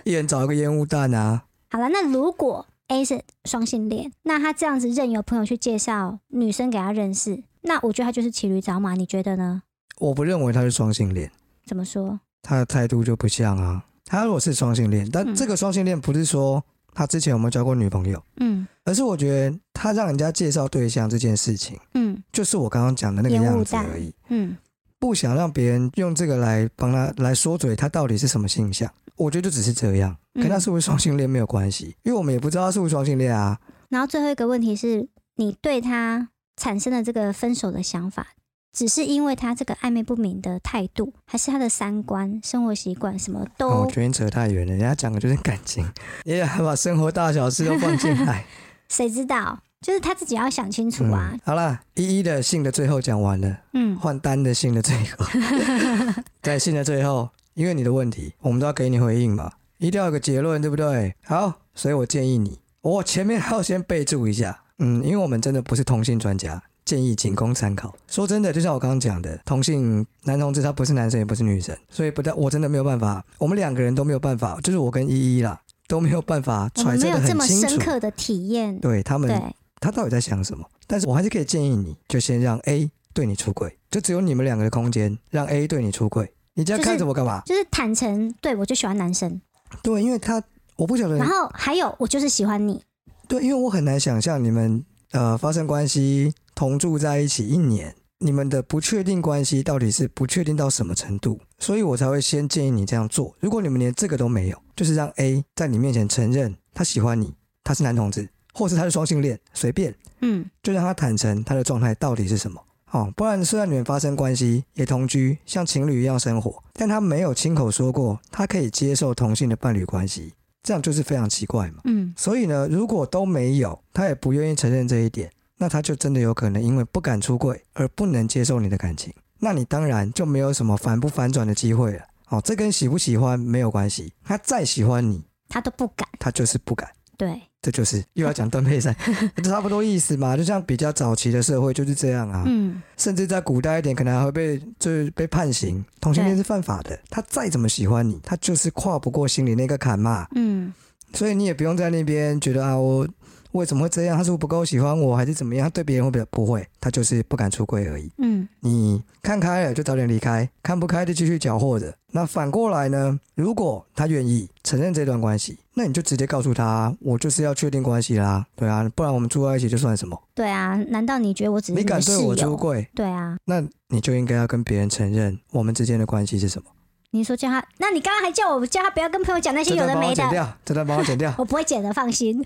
一人找一个烟雾弹啊，好了，那如果 A 是双性恋，那他这样子任由朋友去介绍女生给他认识，那我觉得他就是骑驴找马，你觉得呢？我不认为他是双性恋，怎么说？他的态度就不像啊。他如果是双性恋，但嗯这个双性恋不是说他之前有没有交过女朋友，嗯而是我觉得他让人家介绍对象这件事情，嗯就是我刚刚讲的那个烟雾样子弹而已。嗯不想让别人用这个来帮他来说嘴，他到底是什么性向？我觉得就只是这样，嗯跟他是不是双性恋没有关系，因为我们也不知道他是不是双性恋啊。然后最后一个问题是你对他产生的这个分手的想法，只是因为他这个暧昧不明的态度，还是他的三观、生活习惯什么都、哦，我觉得你扯太远了，人家讲的就是感情， 你也还把生活大小事都放进来。谁知道？就是他自己要想清楚啊嗯。、好啦，一一的信的最后讲完了，嗯换单的信的最后， 在信的最后，因为你的问题，我们都要给你回应嘛，一定要有个结论，对不对？好，所以我建议你，我前面还要先备注一下，嗯，因为我们真的不是同性专家，建议仅供参考。说真的，就像我刚刚讲的，同性男同志他不是男生也不是女生，所以不但我真的没有办法，我们两个人都没有办法，就是我跟依依啦都没有办法我揣们没测有的这很么清深楚，刻的体验，对他们对，他到底在想什么？但是我还是可以建议你，就先让 A 对你出轨，就只有你们两个的空间，让 A 对你出轨。你这样就是看着我干嘛？就是坦诚，对我就喜欢男生，对，因为他我不晓得然，后还有我就是喜欢你，对，因为我很难想象你们呃发生关系同住在一起一年，你们的不确定关系到底是不确定到什么程度，所以我才会先建议你这样做。如果你们连这个都没有，就是让 A 在你面前承认他喜欢你，他是男同志，或是他是双性恋，随便。嗯就让他坦诚他的状态到底是什么。哦，不然虽然你们发生关系，也同居，像情侣一样生活，但他没有亲口说过他可以接受同性的伴侣关系，这样就是非常奇怪嘛。嗯所以呢，如果都没有，他也不愿意承认这一点，那他就真的有可能因为不敢出柜而不能接受你的感情，那你当然就没有什么反不反转的机会了。哦，这跟喜不喜欢没有关系，他再喜欢你，他都不敢，他就是不敢。对，这就是又要讲断配山，就差不多意思嘛。就像比较早期的社会就是这样啊，嗯甚至在古代一点，可能还会被就是被判刑。同性恋是犯法的，他再怎么喜欢你，他就是跨不过心里那个坎嘛。嗯所以你也不用在那边觉得啊，我为什么会这样？他是不是不够喜欢我，还是怎么样？他对别人会不会不会？他就是不敢出柜而已。嗯你看开了就早点离开，看不开就继续搅和着。那反过来呢？如果他愿意承认这段关系，那你就直接告诉他，我就是要确定关系啦，对啊，不然我们住在一起就算什么？对啊，难道你觉得我只是你的敢对室我出友？柜，对啊，那你就应该要跟别人承认我们之间的关系是什么。你说叫他，那你刚刚还叫我叫他不要跟朋友讲那些这有段的帮没我剪的，掉，这段帮我剪掉。 我不会剪的，放心。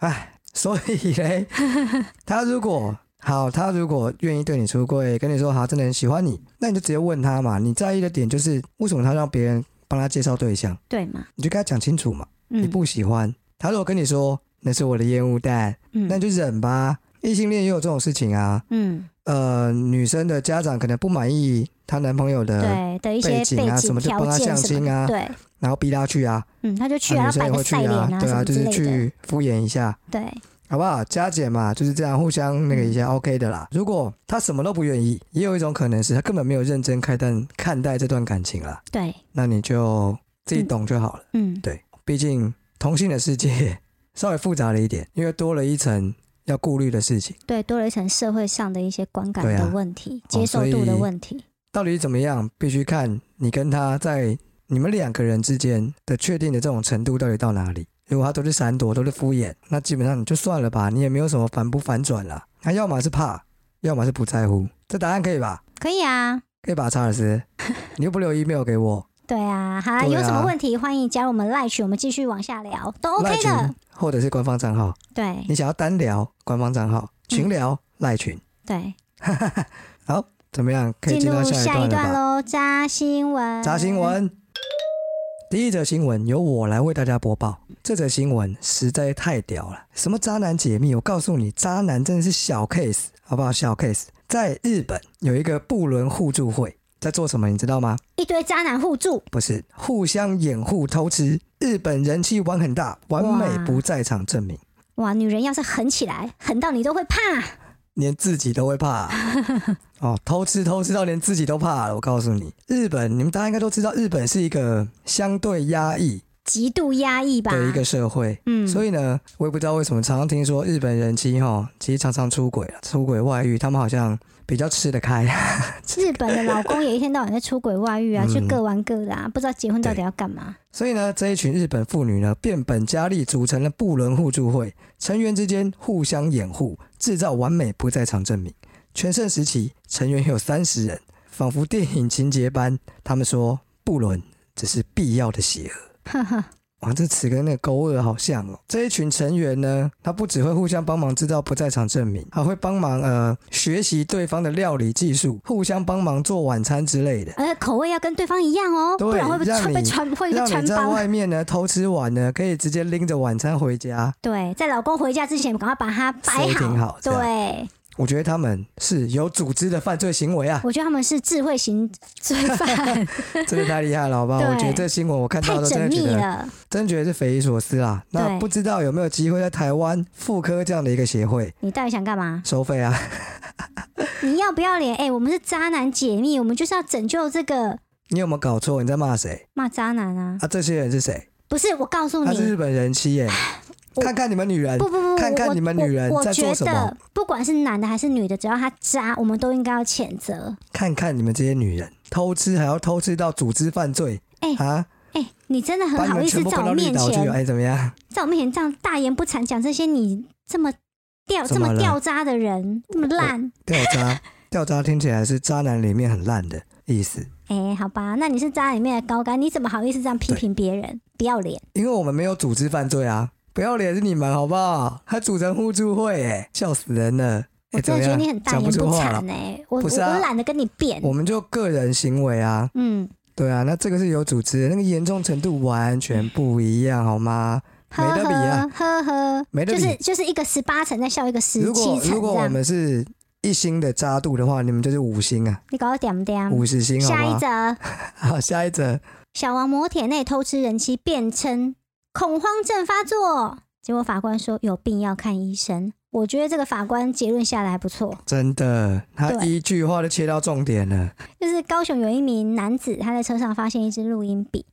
哎，所以嘞，他如果好，他如果愿意对你出柜，跟你说好，真的很喜欢你，那你就直接问他嘛。你在意的点就是为什么他让别人帮他介绍对象，对嘛？你就跟他讲清楚嘛。你嗯不喜欢，他如果跟你说那是我的烟雾弹，那你嗯就忍吧。异性恋也有这种事情啊，嗯，呃，女生的家长可能不满意她男朋友的，对的一些背背景啊什景么就帮条他件相什么亲啊的，对，然后逼她去啊，嗯，他就去啊啊，女生然后摆也会个去赛脸对什啊，么就之是类的，去敷衍一下，对，好不好？加减嘛，就是这样，互相嗯那个一下、OK 的啦。如果他什么都不愿意，也有一种可能是他根本没有认真看待看待这段感情啦，对，那你就自己懂就好了。嗯对，毕竟同性的世界 稍微复杂了一点，因为多了一层要顾虑的事情。对，多了一层社会上的一些观感对啊的问题、接受所以度的问题，到底怎么样，必须看你跟他在你们两个人之间的确定的这种程度到底到哪里。如果他都是闪躲，都是敷衍，那基本上你就算了吧，你也没有什么反不反转啦。他要么是怕，要么是不在乎。这答案可以吧？可以啊，可以吧，查尔斯？ 你又不留 email 给我对啊，好啦，对啊有什么问题欢迎加入我们赖群，我们继续往下聊，都 OK 赖的群，或者是官方账号。对你想要单聊官方账号，群嗯聊赖群，对，怎么样？可以进进入到下下一一段了吧段？喽，扎新闻，杂新，闻。第一则新闻由我来为大家播报。这则新闻实在太屌了！什么渣男解密？我告诉你，渣男真的是小 case，好不好？小 case。在日本有一个不伦互助会，在做什么？你知道吗？一堆渣男互助，不是互相掩护偷吃。日本人气玩很大，完美哇不在场证明，哇，女人要是狠起来，狠到你都会怕，连自己都会怕、哦，偷吃偷吃到连自己都怕了。我告诉你，日本你们大家应该都知道，日本是一个相对压抑极度压抑吧。的一个社会。嗯，所以呢，我也不知道为什么，常常听说日本人妻哈，其实常常出轨啊，出轨外遇，他们好像比较吃得开。日本的老公也一天到晚在出轨外遇啊，嗯去各玩各的啊，不知道结婚到底要干嘛。所以呢，这一群日本妇女呢，变本加厉组成了不伦互助会，成员之间互相掩护，制造完美不在场证明。全盛时期，成员有三十人，仿佛电影情节般。他们说，不伦只是必要的邪恶。呵呵，哇，这词跟那个勾二好像哦。这一群成员呢，他不只会互相帮忙制造不在场证明，还会帮忙呃学习对方的料理技术，互相帮忙做晚餐之类的。而且口味要跟对方一样哦，对不然会被让穿你被穿会被让穿你在帮。外面呢偷吃完呢，可以直接拎着晚餐回家。对，在老公回家之前，赶快把它摆收好。挺好这样对，我觉得他们是有组织的犯罪行为 ，啊我觉得他们是智慧型罪 犯，真的太厉害了，好不好？对我觉得这新闻我看太到都缜真的觉密得，了。真觉得是匪夷所思啦。那对不知道有没有机会在台湾复科这样的一个协会你到底想干嘛？收费啊？你要不要脸？哎、我们是渣男解密，我们就是要拯救这个你有没有搞错？你在骂谁骂渣男啊！啊？这些人是谁？不是，我告诉她哦你是，日本人妻耶、 我看看你们女人不，不不，看看我你们我女人我在做觉什么得不管是男的还是女的，只要他渣，我们都应该要谴责。看看你们这些女人偷吃还要偷吃到组织犯罪，哎啊，哎、你真的把很你好们意全思部在关我到绿面岛去，前，哎，怎么样？在我面前这样大言不惭讲这些，你这么掉这怎么么了掉渣的人，这么烂。掉 渣，掉渣听起来是渣男里面很烂的意思，哎、好吧，那你是渣里面的高干，你怎么好意思这样批评别人？不要脸！因为我们没有组织犯罪啊，不要脸是你们好不好？还组成互助会、哎，笑死人了，哎，我怎真么的觉得样你很？大讲言不出不话惭欸了，哎、我不我是啊我懒得跟你辩。我们就个人行为啊，嗯，对啊，那这个是有组织的，那个严重程度完全不一样，好吗？呵没得比啊呵呵呵，没得就比是就是一个十八层在笑一个十如七果如层果这我样。们是一星的扎度的话，你们就是五星啊，你搞到点不点？五十星好嗯下不一好？则，好，下一则，小王摩铁内偷吃人妻，辩称恐慌症发作，结果法官说有病要看医生。我觉得这个法官结论下来还不错，真的，他对一句话就切到重点了。就是高雄有一名男子，他在车上发现一支录音笔，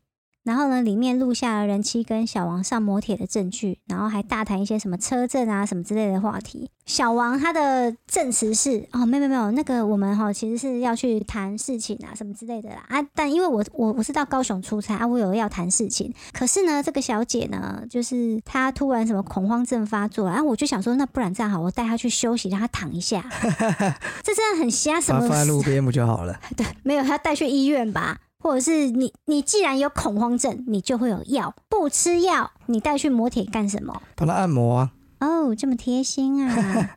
然后呢，里面录下了人妻跟小王上摩铁的证据，然后还大谈一些什么车震啊什么之类的话题。小王他的证词是哦，没有没有没有，那个我们哈、其实是要去谈事情啊什么之类的啦啊，但因为我我我是到高雄出差啊，我有要谈事情，可是呢，这个小姐呢，就是她突然什么恐慌症发作啊，我就想说，那不然这样好，我带她去休息，让她躺一下，这真的很瞎，什把么它放在路边不就好了？对，没有，他带去医院吧，或者是你你既然有恐慌症，你就会有药，不吃药，你带去摩铁干什么？帮他按摩啊，哦，这么贴 心啊！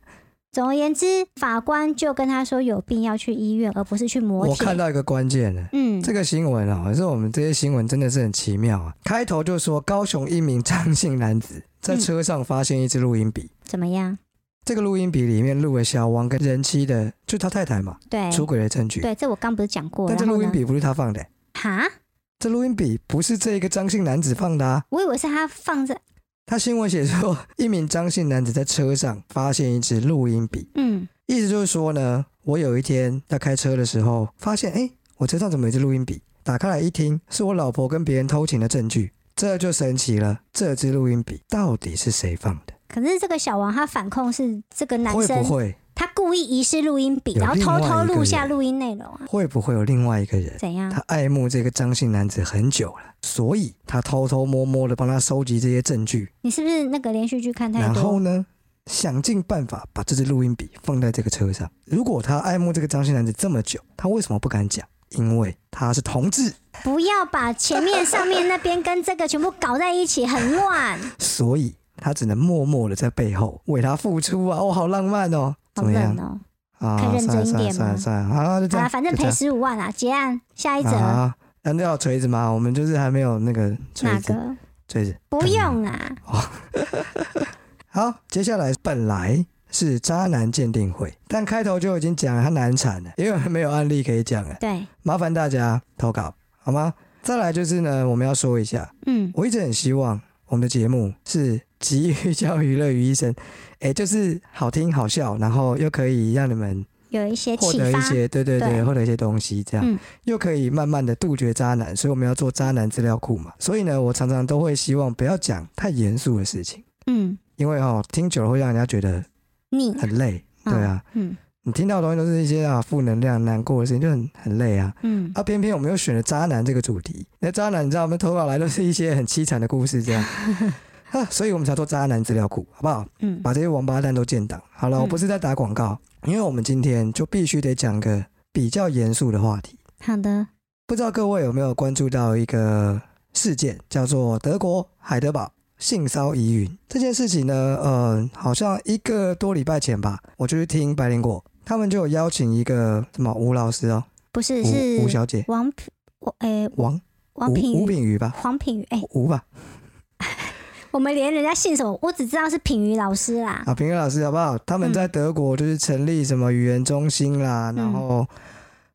总而言之，法官就跟他说有病要去医院，而不是去摩我铁。看到一个关键了。嗯，这个新闻啊，是我们这些新闻真的是很奇妙啊。开头就说高雄一名张姓男嗯子在车上发现一支录音笔，怎么样？这个录音笔里面录了小王跟人妻的，就他太太嘛，对出轨的证据。哎对，这我刚不是讲过？但这然后录音呢？笔不是他放的、哈，这录音笔不是这一个张姓男子放的、啊。我以为是他放着，他新闻写说， 一名张姓男子在车上发现一支录音笔，嗯，意思就是说呢，我有一天在开车的时候，发现哎、诶我车上怎么有一支录音笔？打开来一听，是我老婆跟别人偷情的证据，这就神奇了。这支录音笔到底是谁放的？可是这个小王他反控是这个男会不生，会他故意遗失录音笔，有然后另偷外偷一个录下人录音内容啊？会不会有另外一个人？怎样？他爱慕这个张姓男子很久了，所以他偷偷摸摸的帮他收集这些证据，你是不是那个连续剧看太然多？后呢，想尽办法把这支录音笔放在这个车上。如果他爱慕这个张姓男子这么久，他为什么不敢讲？因为他是同志，不要把前面上面那边跟这个全部搞在一起，很 乱，所以他只能默默的在背后为他付出啊！哦，好浪漫哦，好怎么样冷哦。啊？可以认算了真一算了点算了吗算了，啊，就这好样，啦，反正就这赔样十五万啦，啊结案。下一则、啊，难道要锤子吗？我们就是还没有那个锤哪子，个？锤子不用啊啦，好，接下来本来是渣男鉴定会，但开头就已经讲了他难产了，也有人没有案例可以讲了，对，麻烦大家投稿好吗？再来就是呢，我们要说一下，嗯，我一直很希望我们的节目是 集于教娱乐于一身，哎、就是好听好笑，然后又可以让你们有一些获启得一发。些对对对，对获得一些东西，这样、嗯又可以慢慢的杜绝渣男，所以我们要做渣男资料库嘛。所以呢，我常常都会希望不要讲太严肃的事情，嗯，因为哦，听久了会让人家觉得你很累。对啊，嗯你听到的东西都是一些啊负能量、难过的事情，就很很累啊。嗯，啊，偏偏我们又选了渣男这个主题。那渣男，你知道我们投稿来都是一些很凄惨的故事，这样 啊，所以我们才做渣男资料库，好不好？嗯把这些王八蛋都建档。好了，我不是在打广告，因为我们今天就必须得讲个比较严肃的话题。好的，不知道各位有没有关注到一个事件，叫做德国海德堡性骚疑云这件事情呢？呃，好像一个多礼拜前吧，我就去听白灵果，他们就有邀请一个什么吴老师哦，不是吴吴是小姐，王品，我诶王王哦品吴吴瑜，品瑜吧，黄品瑜，哎，吴吧，我们连人家姓什么，我只知道是品瑜老师啦。啊，平哥老师好不好？他们在德国就是成立什么语言中心啦，嗯然后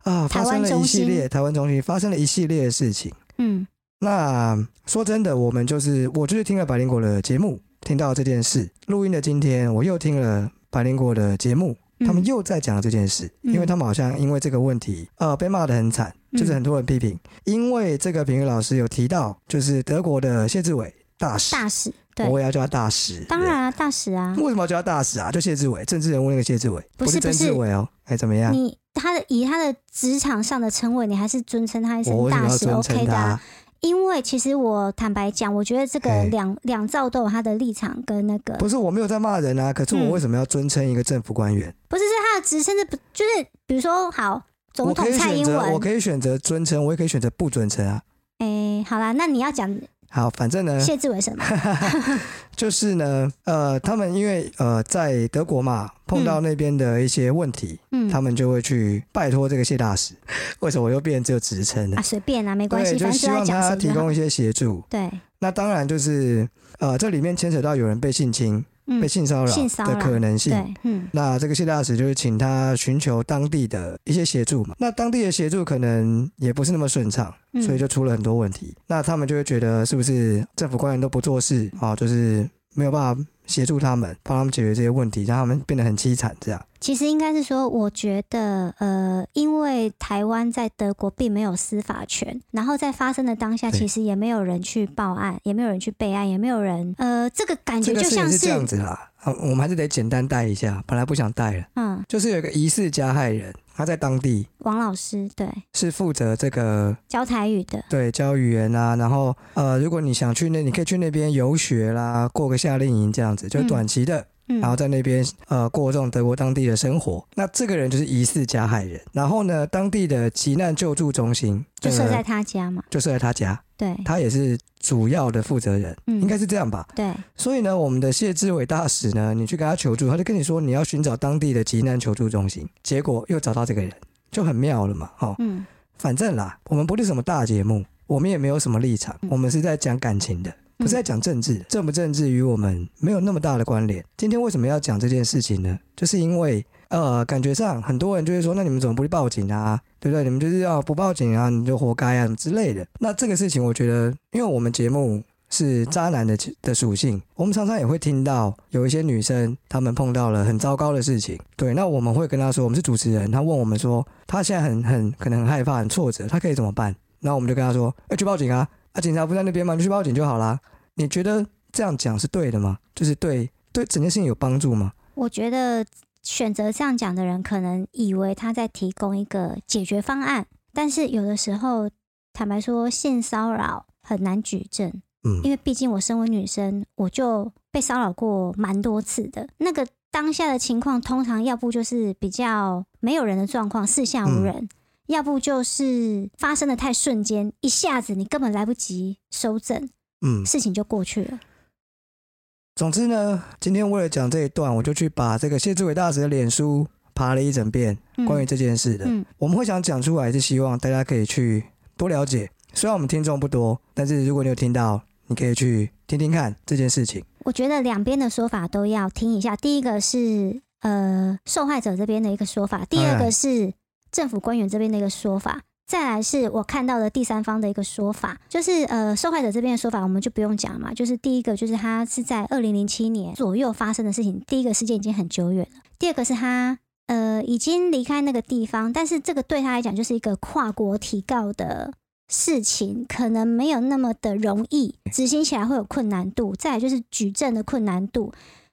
啊，台发湾生了一系中列心台湾中心发生了一系列的事情。嗯那说真的，我们就是我就是听了百灵果的节目，听到这件事。录音的今天，我又听了百灵果的节目，嗯他们又在讲这件事，嗯因为他们好像因为这个问题，呃，被骂得很惨，就是嗯很多人批评，因为这个评语老师有提到，就是德国的谢志伟大使，大使，对我也要叫他大使，当对然啊，大使啊，为什么要叫他大使啊？就谢志伟，政治人物那个谢志伟，不是是曾志伟哦。哎，怎么样？你他的以他的职场上的称谓，你还是尊称他一我声为什大么要使尊，OK 称的、啊他。？因为其实我坦白讲，我觉得这个嘿两两造都有他的立场跟那个，不是，我没有在骂人啊。可是我嗯为什么要尊称一个政府官员？不是是他的职，甚至不就是比如说好总我可统以蔡选英择，我文，可以选择尊称，我也可以选择不尊称啊。哎，好啦，那你要讲好，反正呢，谢志伟什 么？就是呢，呃，他们因为呃在德国嘛，碰到那边的一些问题，嗯他们就会去拜托这个谢大使。 为什么我又变成只有职称呢啊，？随便啦，没关对，系，就反正希就在望讲他谁就提好。供一些协助。对，那当然就是呃，这里面牵扯到有人被性侵，嗯被，性骚扰性骚的扰可能性。对，嗯那这个谢大使就是请他寻求当地的一些协助嘛。那当地的协助可能也不是那么顺畅，嗯，所以就出了很多问题。那他们就会觉得是不是政府官员都不做事啊，就是没有办法协助他们，帮他们解决这些问题，让他们变得很凄惨这样。其实应该是说，我觉得，呃，因为台湾在德国并没有司法权，然后在发生的当下，对其实也没有人去报案，也没有人去备案，也没有人，呃，这个感觉这个就事像情是，是这样子啦，啊，我们还是得简单带一下，本来不想带了，嗯，就是有一个疑似加害人，他在当地王老师对是负责这个教台语的，对，教语言啊，然后呃，如果你想去那，你可以去那边游学啦，过个夏令营这样子，就嗯短期的，嗯然后在那边呃过这种德国当地的生活。那这个人就是疑似加害人，然后呢，当地的急难救助中心就设呃在他家嘛，就设在他家，对，他也是主要的负责人，嗯应该是这样吧。对，所以呢，我们的谢志伟大使呢，你去跟他求助，他就跟你说你要寻找当地的急难求助中心，结果又找到这个人，就很妙了嘛，哦。 嗯反正啦，我们不是什么大节目，我们也没有什么立场，我们是在讲感情的，不是在讲政治的。政不政治与我们没有那么大的关联。今天为什么要讲这件事情呢？就是因为呃，感觉上很多人就会说，那你们怎么不去报警啊？对不对？你们就是要不报警啊，你就活该啊，什么之类的。那这个事情，我觉得，因为我们节目。是渣男的的属性，我们常常也会听到有一些女生她们碰到了很糟糕的事情，对，那我们会跟她说，我们是主持人，她问我们说，她现在很很可能很害怕、很挫折，她可以怎么办？那我们就跟她说，哎、去报警啊，啊，警察不在那边吗？你就去报警就好啦。你觉得这样讲是对的吗？就是对对整件事情有帮助吗？我觉得选择这样讲的人，可能以为他在提供一个解决方案，但是有的时候，坦白说，性骚扰很难举证，嗯因为毕竟我身为女生，我就被骚扰过蛮多次的。那个当下的情况，通常要不就是比较没有人的状况，四下嗯无人。要不就是发生的太瞬间，一下子你根本来不及收整，嗯，事情就过去了。总之呢，今天为了讲这一段，我就去把这个谢志伟大使的脸书爬了一整遍，嗯关于这件事的。嗯我们会想讲出来，是希望大家可以去多了解。虽然我们听众不多，但是如果你有听到，你可以去听听看这件事情。我觉得两边的说法都要听一下。第一个是呃受害者这边的一个说法，第二当个然是政府官员这边的一个说法，再来是我看到的第三方的一个说法，就是呃受害者这边的说法，我们就不用讲嘛。就是第一个就是他是在二零零七年左右发生的事情，第一个事件已经很久远了。第二个是他呃已经离开那个地方，但是这个对他来讲就是一个跨国提告的事情，可能没有那么的容易，执行起来会有困难度。再来就是举证的困难度，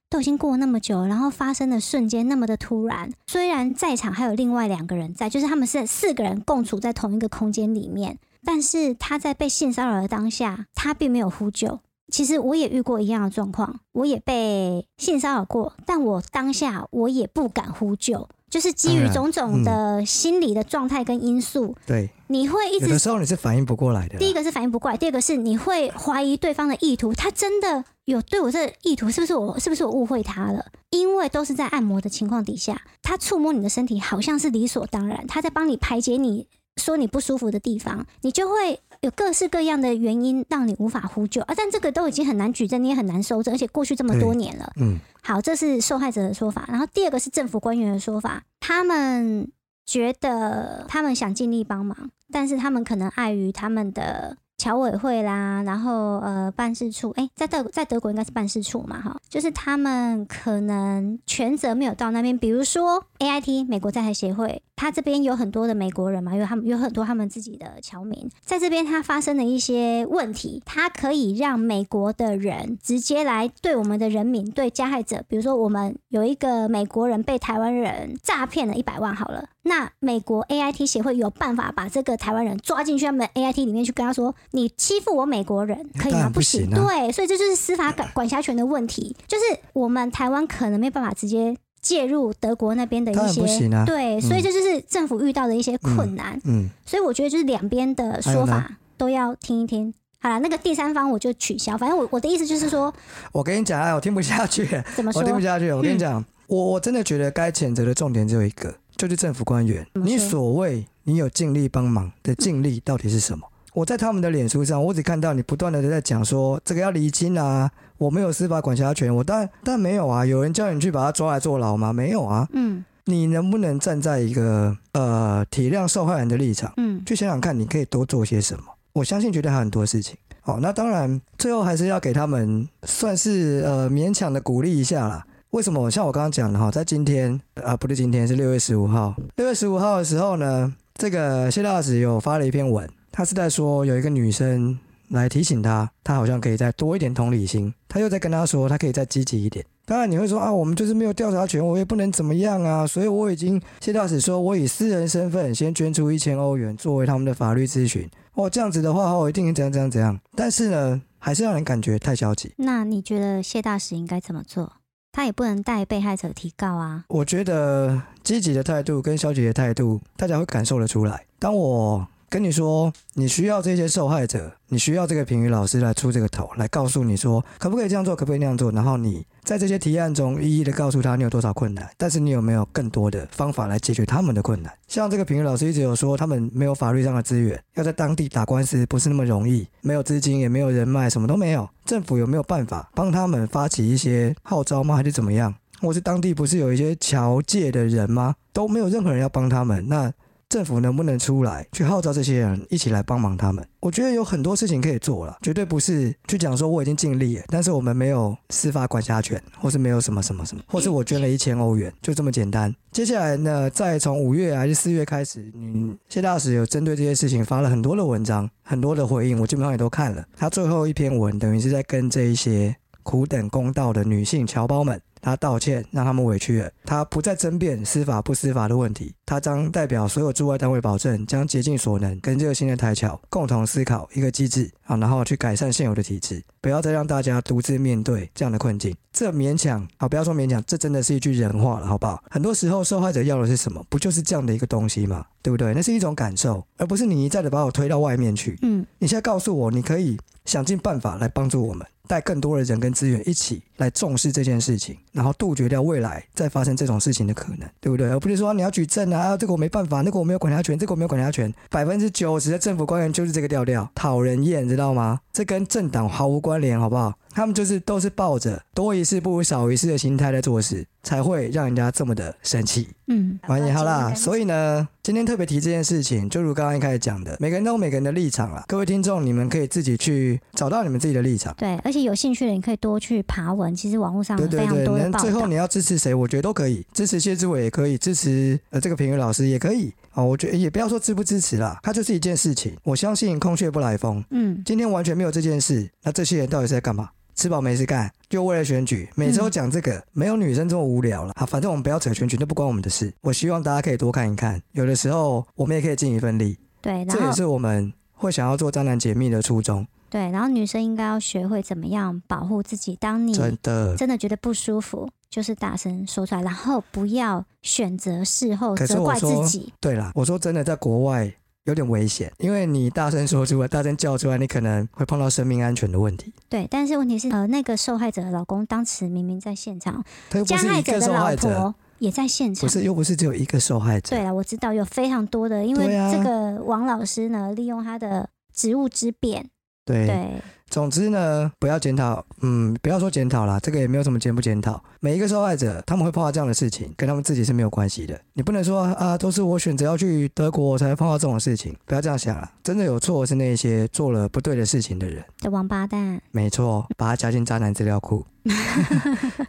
都已经过那么久了，然后发生的瞬间那么的突然。虽然在场还有另外两个人在，就是他们是四个人共处在同一个空间里面，但是他在被性骚扰的当下，他并没有呼救。其实我也遇过一样的状况，我也被性骚扰过，但我当下我也不敢呼救，就是基于当然嗯种种的心理的状态跟因素，对，你会一有的直时候你是反应不过来的啦。第一个是反应不过来，第二个是你会怀疑对方的意图，他真的有对我这意图，是不是我是不是我误会他了？因为都是在按摩的情况底下，他触摸你的身体好像是理所当然，他在帮你排解你说你不舒服的地方，你就会。有各式各样的原因让你无法呼救啊，但这个都已经很难举证，你也很难收证，而且过去这么多对年了，嗯，好，这是受害者的说法。然后第二个是政府官员的说法，他们觉得他们想尽力帮忙，但是他们可能碍于他们的侨委会啦，然后呃办事处，哎、在德在德国应该是办事处嘛，哈，就是他们可能权责没有到那边。比如说 AIT 美国在台协会，他这边有很多的美国人嘛，因为他们有很多他们自己的侨民，在这边他发生了一些问题，他可以让美国的人直接来对我们的人民、对加害者，比如说我们有一个美国人被台湾人诈骗了一百万，好了，那美国 AIT 协会有办法把这个台湾人抓进去他们 AIT 里面去跟他说，你欺负我美国人可以当吗？然不行，行啊对，所以这就是司法管管辖权的问题，就是我们台湾可能没办法直接。介入德国那边的当一然些、不行啊对，所嗯以这就是政府遇到的一些困难。嗯，所以我觉得就是两边的说还有法都要听一听。好了，那个第三方我就取消。反正我我的意思就 是说，我跟你讲啊，我听不下去，怎么说嗯我？哦听不下去。我跟你讲，我我真的觉得该谴责的重点只有一个，就是政府官员。么说嗯你所谓你有尽力帮忙的尽力到底是什么？我在他们的脸书上，我只看到你不断的在讲说这个要厘清啊，我没有司法管辖权，我当然但没有啊，有人叫你去把他抓来坐牢吗？没有啊。嗯你能不能站在一个呃体谅受害人的立场？嗯，去想想看，你可以多做些什么。我相信绝对还有很多事情。好，那当然，最后还是要给他们算是呃勉强的鼓励一下啦。为什么？像我刚刚讲的哈，在今天啊、呃不是今天，是六月十五号。六月十五号的时候呢，这个谢大使有发了一篇文，他是在说有一个女生来提醒他，他好像可以再多一点同理心。他又在跟他说，他可以再积极一点。当然你会说啊，我们就是没有调查权，我也不能怎么样啊，所以我已经谢大使说，我以私人身份先捐出一千欧元作为他们的法律咨询。哦，这样子的话，哦，一定怎样怎样怎样。但是呢，还是让人感觉太消极。那你觉得谢大使应该怎么做？他也不能代被害者提告啊。我觉得积极的态度跟消极的态度，大家会感受得出来。当我跟你说你需要这些受害者，你需要这个评语老师来出这个头，来告诉你说可不可以这样做，可不可以那样做，然后你在这些提案中一一的告诉他你有多少困难，但是你有没有更多的方法来解决他们的困难？像这个评语老师一直有说，他们没有法律上的资源，要在当地打官司不是那么容易，没有资金，也没有人脉，什么都没有。政府有没有办法帮他们发起一些号召吗？还是怎么样？或是当地不是有一些侨界的人吗？都没有任何人要帮他们，那政府能不能出来去号召这些人一起来帮忙他们？我觉得有很多事情可以做了，绝对不是去讲说我已经尽力了，但是我们没有司法管辖权，或是没有什么什么什么，或是我捐了一千欧元，就这么简单。接下来呢，再从五月还是四月开始，嗯，谢大使有针对这些事情发了很多的文章，很多的回应，我基本上也都看了。他最后一篇文等于是在跟这一些苦等公道的女性侨胞们，她道歉，让他们委屈了。她不再争辩司法不司法的问题，她将代表所有驻外单位保证，将竭尽所能跟热心的台侨共同思考一个机制啊，然后去改善现有的体制，不要再让大家独自面对这样的困境。这勉强啊，不要说勉强，这真的是一句人话了，好不好？很多时候受害者要的是什么？不就是这样的一个东西吗？对不对？那是一种感受，而不是你一再的把我推到外面去。嗯，你现在告诉我，你可以想尽办法来帮助我们，带更多的人跟资源一起来重视这件事情，然后杜绝掉未来再发生这种事情的可能，对不对？而不是说你要举证啊，啊这个我没办法，那个我没有管辖权，这个我没有管辖权。百分之九十的政府官员就是这个调调，讨人厌，知道吗？这跟政党毫无关联，好不好？他们就是都是抱着多一事不如少一事的心态在做事，才会让人家这么的生气。嗯完也好啦，所以呢，今天特别提这件事情，就如刚刚一开始讲的，每个人都有每个人的立场啦。各位听众，你们可以自己去找到你们自己的立场。对，而且有兴趣的你可以多去爬文，其实网络上对非对常对，多的能报最后道。你要支持谁，我觉得都可以，支持谢志伟也可以，支持呃这个评语老师也可以啊、我觉得也不要说支不支持啦，它就是一件事情。我相信空穴不来风，嗯，今天完全没有这件事，那这些人到底是在干嘛？吃饱没事干，就为了选举，每周讲这个，嗯没有女生这么无聊了啊！反正我们不要扯选举，那不关我们的事。我希望大家可以多看一看，有的时候我们也可以尽一份力，对，然这也后是我们会想要做渣男解密的初衷。对，然后女生应该要学会怎么样保护自己。当你真的，真的觉得不舒服，就是大声说出来，然后不要选择事后可是责我怪自说己。对啦，我说真的，在国外有点危险，因为你大声说出来，大声叫出来，你可能会碰到生命安全的问题。对，但是问题是，呃，那个受害者的老公当时明明在现场，他又不加是害一者个的受老害者，婆也在现不场。是又不是只有一个受害者对。了，我知道有非常多的，因为对啊这个王老师呢，利用他的职务之便，对对总之呢，不要检讨，嗯，不要说检讨啦，这个也没有什么检不检讨。每一个受害者，他们会碰到这样的事情，跟他们自己是没有关系的。你不能说啊，都是我选择要去德国，我才会碰到这种事情，不要这样想啦。真的有错是那些做了不对的事情的人，的王八蛋，没错，把它加进渣男资料库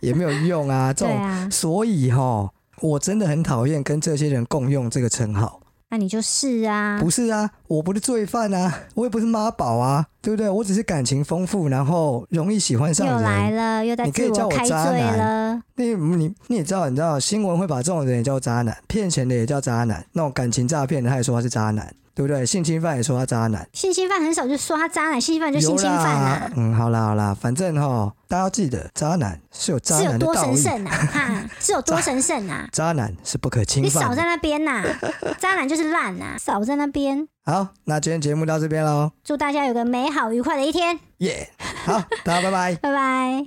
也没有用啊。这对种，啊，所以哈，我真的很讨厌跟这些人共用这个称号。那你就是啊，不是啊，我不是罪犯啊，我也不是妈宝啊，对不对？我只是感情丰富，然后容易喜欢上又人。来了，又在你可自以叫我开罪渣男了，你你你也知道，你知道新闻会把这种人也叫渣男，骗钱的也叫渣男，那种感情诈骗的他也说他是渣男，对不对？性侵犯也说他渣男，性侵犯很少就说他渣男，性侵犯就性有侵犯啦啊，，嗯，好啦好啦，反正哈，大家要记得，渣男是有渣是有男的多道神义， 圣啊，哈，是有多神圣啊。渣男是不可侵你少犯在的。那边呐、渣男就是烂呐、少在那边。好，那今天节目到这边喽，祝大家有个美好愉快的一天，耶、好，大家拜拜。拜拜。